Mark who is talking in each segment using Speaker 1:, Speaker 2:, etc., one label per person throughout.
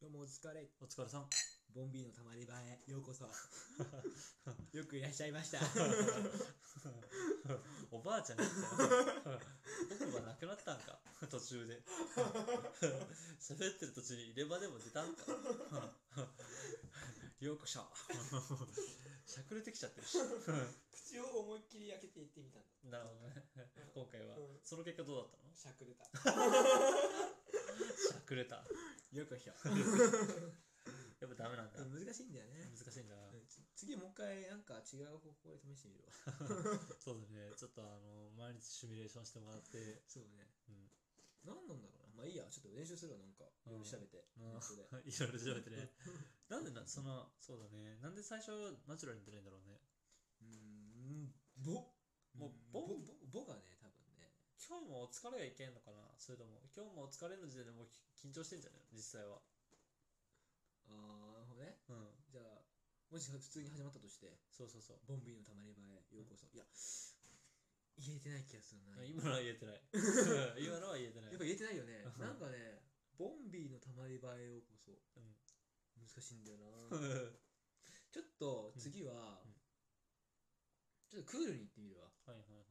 Speaker 1: どうもお疲れ。
Speaker 2: お疲れさん。
Speaker 1: ボンビーのたまり場へよう こそ。よくいらっしゃいました。
Speaker 2: おばあちゃんだったよ。奥歯なくなったんか途中で。喋ってる途中に入れ歯でも出たんかようこしょ。しゃくれてきちゃってるし。
Speaker 1: 口を思いっきり開けていってみたんだ。
Speaker 2: なるほどね。今回は
Speaker 1: うん。
Speaker 2: その結果どうだったの
Speaker 1: しゃくれた。
Speaker 2: しゃくれた。
Speaker 1: よくひょ。
Speaker 2: やっぱダメなんだ。
Speaker 1: 難しいんだよね。
Speaker 2: 難しいんだな。
Speaker 1: うんつ次もう一回なんか違う方法で試してみるわ。
Speaker 2: そうだね。ちょっとあの、毎日シミュレーションしてもらって。
Speaker 1: そうね。
Speaker 2: うん。
Speaker 1: 何なんだろうな。まあいいや、ちょっと練習するわ、なんか。いろいろ調べて。
Speaker 2: うん
Speaker 1: ネットで
Speaker 2: いろいろ調べてね。なんでな、その、そうだね。なんで最初ナチュラルに出ないんだろうね。
Speaker 1: うーん、ぼ。
Speaker 2: もう
Speaker 1: ぼ
Speaker 2: ぼ、
Speaker 1: ぼがね、多分ね。
Speaker 2: 今日もお疲れがいけんのかなそれとも今日もお疲れの時点でもうき緊張してんじゃないの実際は
Speaker 1: あー、なるほどね。
Speaker 2: うん
Speaker 1: じゃあ、もし普通に始まったとして、
Speaker 2: そうそうそう
Speaker 1: ボンビーのたまり場へようこそ。いや、言えてない気がするな。
Speaker 2: 今のは言え てない今のは言えてない
Speaker 1: やっぱ言えてないよね
Speaker 2: う。ん
Speaker 1: なんかね、ボンビーのたまり場へようこそ。難しいんだよ
Speaker 2: う
Speaker 1: な。
Speaker 2: ん
Speaker 1: ちょっと次は
Speaker 2: うん、
Speaker 1: ちょっとクールに言ってみるわ。
Speaker 2: はいはい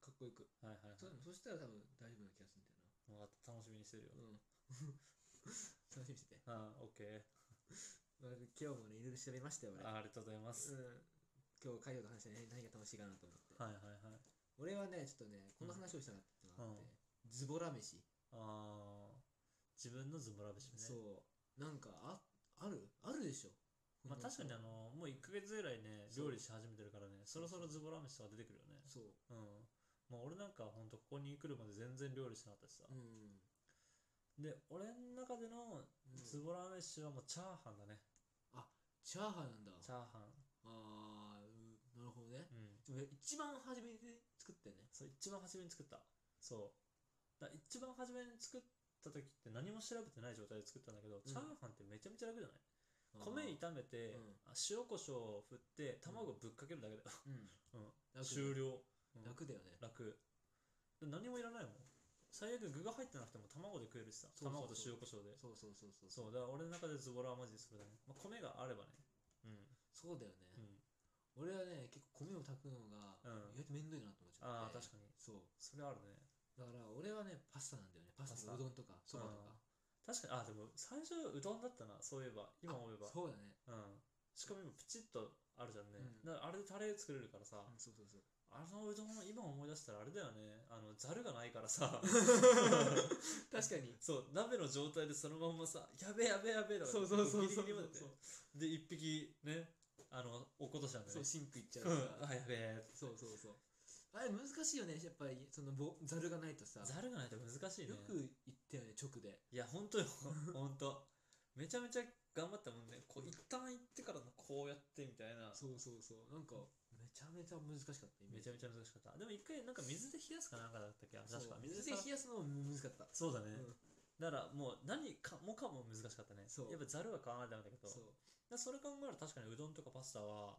Speaker 1: かっこよく。
Speaker 2: はいはいはい
Speaker 1: そそしたら多分大丈夫な気がするんだよ
Speaker 2: はいわかった楽しみにしてるよ
Speaker 1: な。うん。 楽しみにしてて。
Speaker 2: あオッケ
Speaker 1: まあ今日もね、いろいろ調べましたよ、
Speaker 2: ー
Speaker 1: 俺。
Speaker 2: あありがとうございます、
Speaker 1: うん。今日、海洋と話してね、何が楽しいかなと思って。
Speaker 2: はいはいはい
Speaker 1: 俺はね、ちょっとね、この話をしたかったのがあって
Speaker 2: うん、
Speaker 1: ズボラ飯。
Speaker 2: あー自分のズボラ飯ね
Speaker 1: そう。なんか、あ、あるあるでしょ。
Speaker 2: まあ確かにあ
Speaker 1: の。
Speaker 2: のもう1ヶ月ぐらいね
Speaker 1: そう
Speaker 2: 料理し始めてるからねそろそろズボラ飯とか出てくるよね
Speaker 1: そう。
Speaker 2: うんまあ俺なんかほんとここに来るまで全然料理してなかったしさ、
Speaker 1: うん。
Speaker 2: で俺の中での
Speaker 1: うん
Speaker 2: ズボラ飯はもうチャーハンだね、
Speaker 1: チャーハンなんだ。
Speaker 2: チャーハン
Speaker 1: ああ、うなるほどね。
Speaker 2: うん
Speaker 1: でも一番初めて作ったよね。
Speaker 2: そう一番初めに作ったそうだから一番初めに作った時って何も調べてない状態で作ったんだけど、チャーハンってめちゃめちゃ楽じゃない米
Speaker 1: いた
Speaker 2: 炒めて、
Speaker 1: うん
Speaker 2: あ塩コショウを振って卵ぶっかけるだけだよ、
Speaker 1: うん。
Speaker 2: うん、
Speaker 1: 楽
Speaker 2: 終了、うん
Speaker 1: 楽だよね。
Speaker 2: 楽で何もいらないもん最悪具が入ってなくても卵で食えるしさ
Speaker 1: そうそうそう
Speaker 2: 卵と塩コショウで
Speaker 1: そうそうそうそう。
Speaker 2: そうだから俺の中でズボラはマジでそれだね、まあ、米があればねうん
Speaker 1: そうだよ
Speaker 2: う
Speaker 1: ね。
Speaker 2: ん
Speaker 1: 俺はね、結構米を炊くのが
Speaker 2: うん
Speaker 1: 意外と面倒いなと思っちゃ
Speaker 2: あ
Speaker 1: っ
Speaker 2: あ
Speaker 1: て。
Speaker 2: 確かに
Speaker 1: そう。
Speaker 2: それあるね
Speaker 1: だから俺はね、パスタなんだよね。パスタ
Speaker 2: パスタ
Speaker 1: うどんとか、そばとか。
Speaker 2: 確かにあでも最初うどんだったなそういえば今思えば
Speaker 1: あそうだね。
Speaker 2: うんしかも今プチッとあるじゃんね、
Speaker 1: うん
Speaker 2: だからあれでタレ作れるからさ、
Speaker 1: うんそうそうそう。
Speaker 2: あのうどん今思い出したらあれだよねあのざるがないから さ
Speaker 1: 確かに。
Speaker 2: そう鍋の状態でそのまんまさやべやべやべとか
Speaker 1: そうそうそうそう
Speaker 2: ギリギリまでで一匹ねあの落っことしたんだよ
Speaker 1: そう、
Speaker 2: ね
Speaker 1: シンクいっちゃ
Speaker 2: う
Speaker 1: うか
Speaker 2: ん
Speaker 1: ら。
Speaker 2: あやべえ
Speaker 1: そうそうそう。あれ難しいよね、やっぱり、そのぼざるがないとさ。
Speaker 2: ざるがないと難しいね
Speaker 1: よく言ったよね、直で。
Speaker 2: いや、ほんとよ、ほんと。めちゃめちゃ頑張ったもんね。こう、一旦行ってからのこうやってみたいな。
Speaker 1: そうそうそう。なんか、めちゃめちゃ難しかった。イ
Speaker 2: め
Speaker 1: メージ
Speaker 2: ちゃめちゃ難しかった。でも一回、なんか水で冷やすかなんかだったっけあ確
Speaker 1: そ
Speaker 2: か
Speaker 1: う。
Speaker 2: 水
Speaker 1: 水
Speaker 2: で
Speaker 1: で
Speaker 2: 冷
Speaker 1: 冷やすのも難しかった。
Speaker 2: そうだね。
Speaker 1: うん
Speaker 2: だから、もう何かもかも難しかったね。
Speaker 1: そう
Speaker 2: やっぱざるは買わないとダメだけど。
Speaker 1: そう。
Speaker 2: でそれ考えると確かにうどんとかパスタは、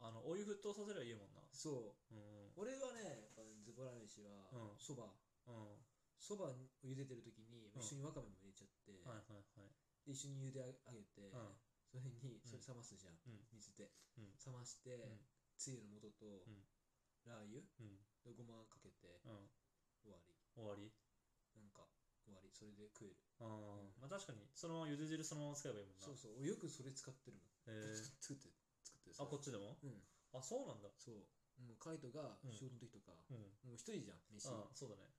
Speaker 2: あの、お湯沸騰させればいいもんな。
Speaker 1: そ
Speaker 2: うん
Speaker 1: う。。俺はね、やっぱズボラ飯は
Speaker 2: うん、
Speaker 1: そば、
Speaker 2: うん。
Speaker 1: そばを茹でてる時に、
Speaker 2: うん
Speaker 1: 一緒にわかめも入れちゃって、
Speaker 2: はいはいはい。
Speaker 1: で一緒に茹であげて、
Speaker 2: うん。
Speaker 1: それに、
Speaker 2: うん
Speaker 1: それ冷ますじゃん
Speaker 2: うん。
Speaker 1: 水で。
Speaker 2: うん
Speaker 1: 冷まして
Speaker 2: うん、
Speaker 1: つゆの素と
Speaker 2: うん、
Speaker 1: ラー油
Speaker 2: うん。
Speaker 1: でごまかけて、
Speaker 2: うん。
Speaker 1: 終わり。
Speaker 2: 終わり
Speaker 1: なんか、終わり。それで食える。
Speaker 2: うん。まあ確かに、そのまま茹で汁そのまま使えばいいもんな。
Speaker 1: そうそう。俺よくそれ使ってるもん。
Speaker 2: えー
Speaker 1: 作って、作ってる
Speaker 2: あ、こっちでも
Speaker 1: うん。
Speaker 2: あ、そうなんだ。
Speaker 1: そう。もうカイトが
Speaker 2: うん
Speaker 1: 仕事の時とか、
Speaker 2: うん。
Speaker 1: もう一人じゃん、飯。
Speaker 2: あそうだね。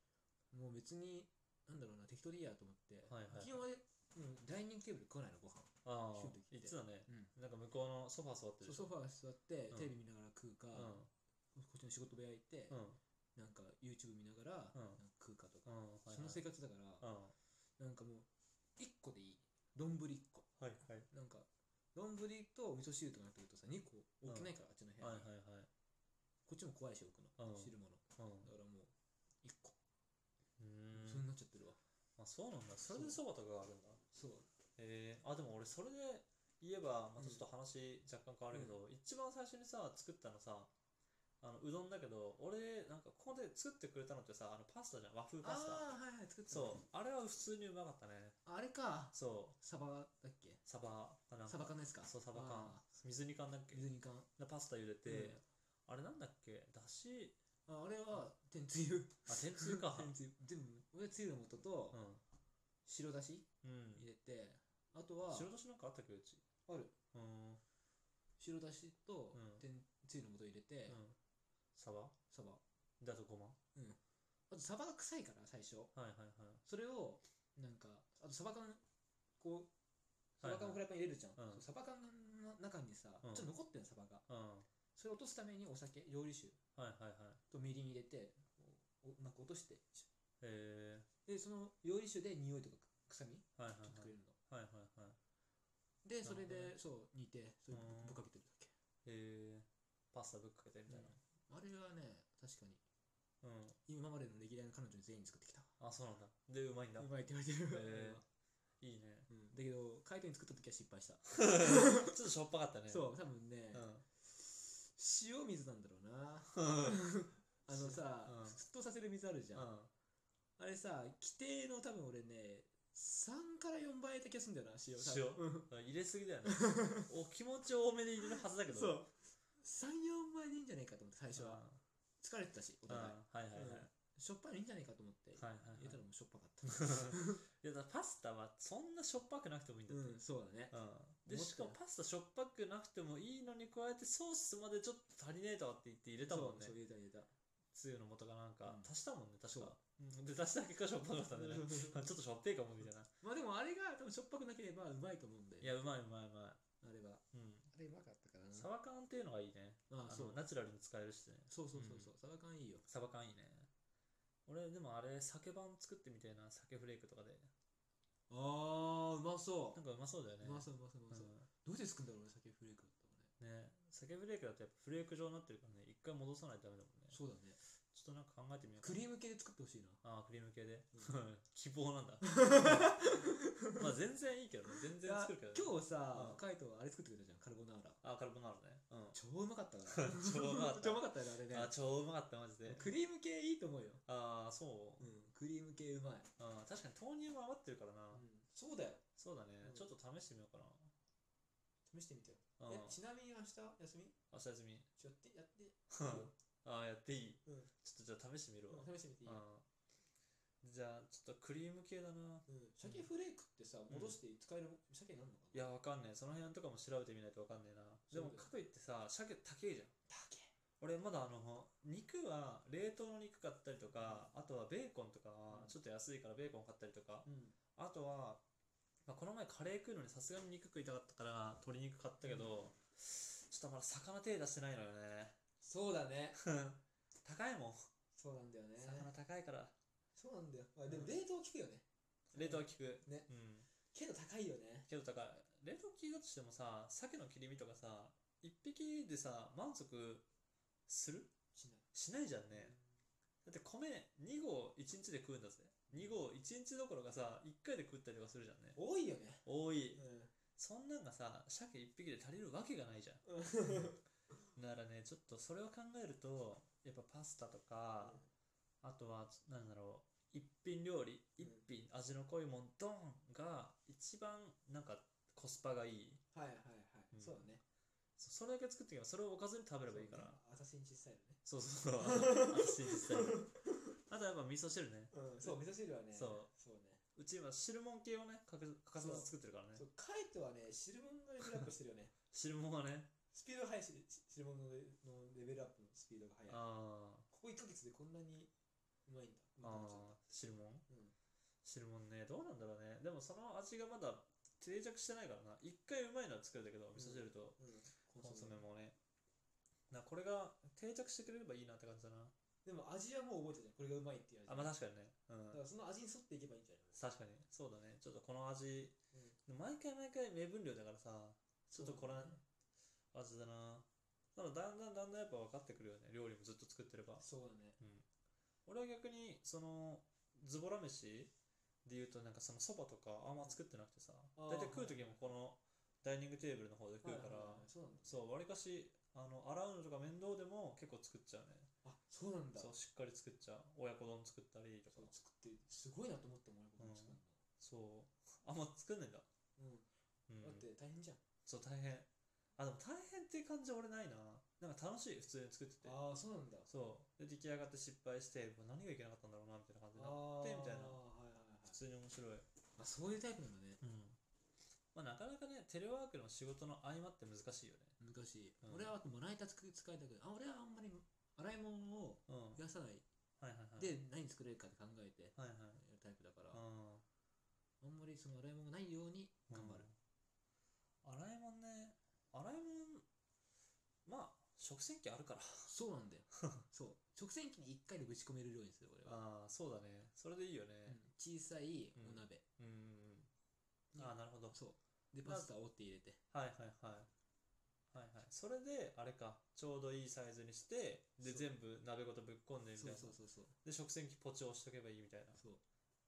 Speaker 1: もう別に、なんだろうな、適当でいいやと思って、
Speaker 2: はいはいはい
Speaker 1: 基本は、うん、ダイニングテーブル食わないの、ご飯。
Speaker 2: あ
Speaker 1: シュート
Speaker 2: あ、
Speaker 1: 切
Speaker 2: い
Speaker 1: って
Speaker 2: つだね。
Speaker 1: うん。
Speaker 2: なんか向こうのソファー座ってる
Speaker 1: そ
Speaker 2: で
Speaker 1: う
Speaker 2: し
Speaker 1: ソ
Speaker 2: ょ。
Speaker 1: ファー座って、
Speaker 2: うん
Speaker 1: テレビ見ながら食うか、こっちの仕事部屋行って、
Speaker 2: うん。うん。
Speaker 1: なんか YouTube 見ながら、
Speaker 2: うん
Speaker 1: なんか食うかとか、
Speaker 2: うん。はいはい
Speaker 1: その生活だか
Speaker 2: う
Speaker 1: ら、
Speaker 2: ん。
Speaker 1: なんかもう、1個でいい。丼1個。
Speaker 2: はいはい。
Speaker 1: なんか、丼と味噌汁とかなってくるとさ、2個置けないから、あっちの部
Speaker 2: はい
Speaker 1: 屋
Speaker 2: はい
Speaker 1: に。
Speaker 2: はい。
Speaker 1: こっちも怖いし、置くの。
Speaker 2: うん
Speaker 1: 汁物。だ
Speaker 2: うん。
Speaker 1: からもう、1個。
Speaker 2: う
Speaker 1: それに
Speaker 2: ーん。
Speaker 1: なっちゃってるわ。
Speaker 2: あ、そうなんだ。それでそばとかがあるんだ。
Speaker 1: そう。
Speaker 2: ええ。あ、でも俺それで言えば、ま
Speaker 1: うん
Speaker 2: たちょっと話若干変わるけど、一番最初にさ、作ったのさ、あのうどんだけど俺なんかここで作ってくれたのってさあのパスタじゃん和風パ
Speaker 1: あ
Speaker 2: スタ
Speaker 1: あーはいはい作ってたね
Speaker 2: そうあれは普通にうまかったね
Speaker 1: あれか
Speaker 2: そう
Speaker 1: サバだっけ
Speaker 2: サバかなんか
Speaker 1: サバ缶ですか
Speaker 2: そうサバ缶
Speaker 1: あ
Speaker 2: 水煮缶だっけ
Speaker 1: ー水煮缶
Speaker 2: でパスタ茹で
Speaker 1: うん
Speaker 2: て、あれなんだっけだし
Speaker 1: ああれは天つゆ
Speaker 2: あ天つゆか
Speaker 1: 天つゆ全部俺つゆの素と
Speaker 2: う
Speaker 1: 白だし
Speaker 2: ん、うん、
Speaker 1: 入れてあとは
Speaker 2: 白だしなんかあったっけうち
Speaker 1: ある
Speaker 2: うんうん
Speaker 1: 白だしと
Speaker 2: うん
Speaker 1: 天つゆの素入れて
Speaker 2: サバ
Speaker 1: サバ
Speaker 2: だとごま
Speaker 1: あとサバが臭いから最初
Speaker 2: はいはいはい
Speaker 1: それをなんかあとサバ缶こうサバ缶をフ
Speaker 2: はい
Speaker 1: ライパンに入れるじゃん、
Speaker 2: うん
Speaker 1: サバ缶の中にさ、
Speaker 2: うん
Speaker 1: ちょっと残ってるのサバが
Speaker 2: うん
Speaker 1: それを落とすためにお酒料理酒
Speaker 2: はいはいはい
Speaker 1: とみりん入れておおなんか落として
Speaker 2: へ
Speaker 1: でその料理酒で匂いとか臭み
Speaker 2: えはいはい
Speaker 1: 取ってくれるの、
Speaker 2: はいはいはいはい
Speaker 1: でそ
Speaker 2: なる
Speaker 1: れ
Speaker 2: ほど
Speaker 1: で
Speaker 2: ね
Speaker 1: そう煮てそれぶ
Speaker 2: うん
Speaker 1: ぶっかけてるだけ、
Speaker 2: へえパスタぶっかけてみたい
Speaker 1: あれはね確かに
Speaker 2: なうん、
Speaker 1: 今までの歴代の彼女に全員作ってきたわ
Speaker 2: あそうなんだでうまいんだ
Speaker 1: うまいって言われてる、
Speaker 2: へいいね
Speaker 1: あれはうん、だけど海斗に作った時は失敗した、
Speaker 2: ちょっとしょっぱかったね
Speaker 1: そう多分ね、
Speaker 2: うん
Speaker 1: 塩水なんだろうなあのさ、
Speaker 2: うん
Speaker 1: 沸騰させる水あるじゃん、
Speaker 2: うん
Speaker 1: あれさ規定の多分俺ね3から4倍だけすんだよな塩多
Speaker 2: 塩
Speaker 1: 分う
Speaker 2: 入
Speaker 1: ん
Speaker 2: れすぎだ よねお気持ち多めで入れるはずだ けど
Speaker 1: そう34倍でいいんじゃないかと思って最初は疲れてたしお
Speaker 2: うんうん
Speaker 1: 互い
Speaker 2: はいはいはい、
Speaker 1: うんしょっぱいのいいんじゃないかと思って
Speaker 2: はいはいはい
Speaker 1: 入れたらもうしょっぱかった
Speaker 2: いやだからパスタはそんなしょっぱくなくてもいいんだ
Speaker 1: う
Speaker 2: って、
Speaker 1: んそうだね
Speaker 2: で
Speaker 1: 思ったよ
Speaker 2: しかもパスタしょっぱくなくてもいいのに加えてソースまでちょっと足りねえとかって言って入れたもんね
Speaker 1: そうそう入れた入れた
Speaker 2: つゆの素かなんか、
Speaker 1: うん
Speaker 2: 足したもんね確
Speaker 1: そ
Speaker 2: か
Speaker 1: う
Speaker 2: うんで足した結果しょっぱかったんだ よねちょっとしょっぺえかもみたいな
Speaker 1: まあでもあれが多分しょっぱくなければうまいと思うんだ
Speaker 2: い
Speaker 1: よ
Speaker 2: やうまいうまいうま
Speaker 1: あれはい
Speaker 2: うん
Speaker 1: あれうまかったから
Speaker 2: サ
Speaker 1: な
Speaker 2: バ缶っていうのがいいね
Speaker 1: ああ
Speaker 2: あ
Speaker 1: そう
Speaker 2: のナチュラルに使えるしね
Speaker 1: そうそうそうそうサバ缶いいよ
Speaker 2: サバ缶いいね俺でもあれ酒版作ってみたいな酒フレークとかで
Speaker 1: ああうまそ
Speaker 2: なんかうまそうだよね
Speaker 1: ううまそううまそううまそう
Speaker 2: うん
Speaker 1: どうやって作るんだろう俺酒フレークだったらね
Speaker 2: ね酒フレークだとやっぱフレーク状になってるからね一回戻さないとダメだもんね
Speaker 1: そうだね
Speaker 2: ちょっとなんか考えてみようか
Speaker 1: クリーム系で作ってほしいな
Speaker 2: ああクリーム系で、
Speaker 1: う
Speaker 2: 希望 なんだまあ全然いいけどね全
Speaker 1: い
Speaker 2: 然
Speaker 1: や
Speaker 2: 作るけど、ね、
Speaker 1: 今日さ
Speaker 2: うん
Speaker 1: カイトはあれ作ってくれたじゃんカルボナーラ
Speaker 2: あカルボナーラねう
Speaker 1: 超うまかったから
Speaker 2: 超うまかった
Speaker 1: 超うまかったよねあれ
Speaker 2: んあ
Speaker 1: ね
Speaker 2: 超うまかったマジで
Speaker 1: クリーム系いいと思うよ
Speaker 2: ああそう、
Speaker 1: うんクリーム系うまい
Speaker 2: あー確かに豆乳も余ってるからな、
Speaker 1: そうだよ
Speaker 2: そうだね、
Speaker 1: うん
Speaker 2: ちょっと試してみようか
Speaker 1: 試してみてよ
Speaker 2: な、うん、明
Speaker 1: え
Speaker 2: 日
Speaker 1: ちなみに明日休み
Speaker 2: 休み
Speaker 1: ちょっとやって
Speaker 2: ああやっていいち
Speaker 1: うん
Speaker 2: ょっとじゃあ試してみるわ、
Speaker 1: うん試してみていいよ
Speaker 2: うんじゃあちょっとクリーム系だな
Speaker 1: うん鮭フレークってさ戻して使える鮭になるのか
Speaker 2: い
Speaker 1: な
Speaker 2: やわかんねえその辺とかも調べてみないとわかんねえなでも
Speaker 1: そ
Speaker 2: かと
Speaker 1: うだよ
Speaker 2: いってさ鮭高えじゃん
Speaker 1: 鮭
Speaker 2: 俺まだあの肉は冷凍の肉買ったりとかあとはベーコンとかは
Speaker 1: うん
Speaker 2: ちょっと安いからベーコン買ったりとか
Speaker 1: うん
Speaker 2: あとは、まあ、この前カレー食うのにさすがに肉食いたかったから鶏肉買ったけど、ちょっとまだ魚手出してないのよね
Speaker 1: そうだね
Speaker 2: 高いもん
Speaker 1: そうなんだよね
Speaker 2: 魚高いから
Speaker 1: そうなんだよあでも冷凍効くよね
Speaker 2: 冷凍は効く
Speaker 1: ね
Speaker 2: うん
Speaker 1: けど高いよね
Speaker 2: けどだから冷凍切りだとしてもさ鮭の切り身とかさ一匹でさ満足する
Speaker 1: しない
Speaker 2: しないじゃんねだって米2合1日で食うんだぜ2合1日どころかさ1回で食ったりとかするじゃんね
Speaker 1: 多いよね
Speaker 2: 多い
Speaker 1: うん
Speaker 2: そんなんがさ鮭1匹で足りるわけがないじゃんだからねちょっとそれを考えるとやっぱパスタとかあとはなんだろう一品料理
Speaker 1: うん
Speaker 2: 一品味の濃いもんドンが一番なんかコスパがいい
Speaker 1: はいはいは
Speaker 2: う
Speaker 1: い
Speaker 2: ん
Speaker 1: そうだね
Speaker 2: そそれだけ作っていけばそれをおかずに食べればいいから
Speaker 1: アタシンチスタイルね
Speaker 2: そうそうそう私実際あとやっぱ味噌汁ね
Speaker 1: うんそう味噌汁はね
Speaker 2: そう
Speaker 1: そうね
Speaker 2: うち今汁物系をね欠か欠かさず作ってるからね
Speaker 1: そうカイトはね汁物のレベルアップして るよね
Speaker 2: 汁物はね
Speaker 1: スピードが速いし汁物のレベルアップのスピードが速いこ
Speaker 2: あ
Speaker 1: こ1ヶ月でこんなにうまいんだう
Speaker 2: ーあ
Speaker 1: まくなっちゃっ
Speaker 2: ー汁物
Speaker 1: たうん
Speaker 2: 汁物ねどうなんだろうねでもその味がまだ定着してないからな一回うまいのは作れたけど味噌汁と
Speaker 1: うん
Speaker 2: コンソメもねなこれが定着してくれればいいなって感じだな
Speaker 1: でも味はもう覚えてるじゃんこれがうまいっていう味
Speaker 2: あまあ確かにねう
Speaker 1: だ
Speaker 2: ん
Speaker 1: からその味に沿っていけばいいんじゃない
Speaker 2: 確かにそうだねちょっとこの味
Speaker 1: うん
Speaker 2: 毎回毎回目分量だからさちょっとこれ
Speaker 1: そうだね
Speaker 2: 味だなただだんだんだんだんやっぱ分かってくるよね料理もずっと作ってれば、
Speaker 1: そうだね
Speaker 2: うん、俺は逆にそのズボラ飯で言うとなんかそのそばとかあんま作ってなくてさ
Speaker 1: あー
Speaker 2: 大体食う時もこのダイニングテーブルの方で食うから、
Speaker 1: はいはいはいそうなんだ
Speaker 2: そうわりかしあの洗うのとか面倒でも結構作っちゃうね
Speaker 1: あそうなんだ
Speaker 2: そうしっかり作っちゃう親子丼作ったりと
Speaker 1: そ
Speaker 2: か
Speaker 1: う作ってすごいなと思ったもん俺この作る
Speaker 2: そうあんま作んないんだ、
Speaker 1: のうん
Speaker 2: うん、
Speaker 1: だって大変じゃん
Speaker 2: そう大変あでも大変っていう感じは俺ないななんか楽しい普通に作ってて
Speaker 1: ああそうなんだあ
Speaker 2: そうで出来上がって失敗してうわ何がいけなかったんだろうなみたいな感じにな
Speaker 1: あ
Speaker 2: ってみたいな
Speaker 1: はいはいはい
Speaker 2: 普通に面白い
Speaker 1: あそういうタイプなんだね
Speaker 2: うんまあなかなかねテレワークの仕事の合間って難しいよね
Speaker 1: 昔
Speaker 2: うん
Speaker 1: 俺はまな板使いたくあ俺はあんまり洗い物を
Speaker 2: うん
Speaker 1: 増やさない
Speaker 2: はいはいはい
Speaker 1: で何作れるかって考えてや
Speaker 2: はいはい
Speaker 1: るタイプだからあ
Speaker 2: うん
Speaker 1: んまりその洗い物がないように頑張る
Speaker 2: うん洗い物ね洗い物まあ食洗機あるから
Speaker 1: そうなんだよそう食洗機に1回でぶち込める量にする俺は
Speaker 2: ああそうだねそれでいいよね
Speaker 1: うん小さいお鍋
Speaker 2: うんうんああなるほど
Speaker 1: そうでパスタを折って入れて
Speaker 2: はいはいはいはいはいそれであれかちょうどいいサイズにしてで
Speaker 1: そう
Speaker 2: 全部鍋ごとぶっこんでみた
Speaker 1: そ
Speaker 2: いうな
Speaker 1: そうそうそう
Speaker 2: で食洗機ポチ押しとけばいいみたいな
Speaker 1: そう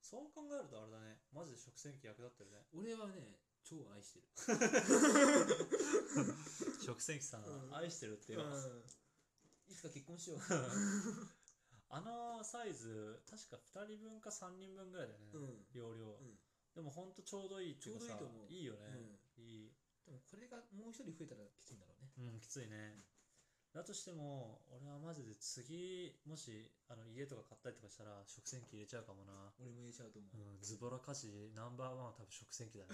Speaker 2: そう考えるとあれだねマジで食洗機役立ってるね
Speaker 1: 俺はね超愛してる
Speaker 2: 食洗機さん、
Speaker 1: うん
Speaker 2: 愛してるってよ、
Speaker 1: いつか結婚しよう
Speaker 2: あのサイズ確か2人分か3人分ぐらいだよね、
Speaker 1: うん、
Speaker 2: 容量、
Speaker 1: うん
Speaker 2: でもほんとちょうどいいっていうかさ
Speaker 1: ちょうどいいと思う
Speaker 2: いいよね、
Speaker 1: うん
Speaker 2: いい
Speaker 1: でもこれがもう一人増えたらきついんだろうね
Speaker 2: うん、きついね。だとしても、俺はマジで次、もしあの家とか買ったりとかしたら、食洗機入れちゃうかもな。
Speaker 1: 俺も入れちゃうと思う、
Speaker 2: うん、ズボラ家事ナンバーワンは多分食洗機だね。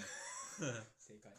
Speaker 1: 正解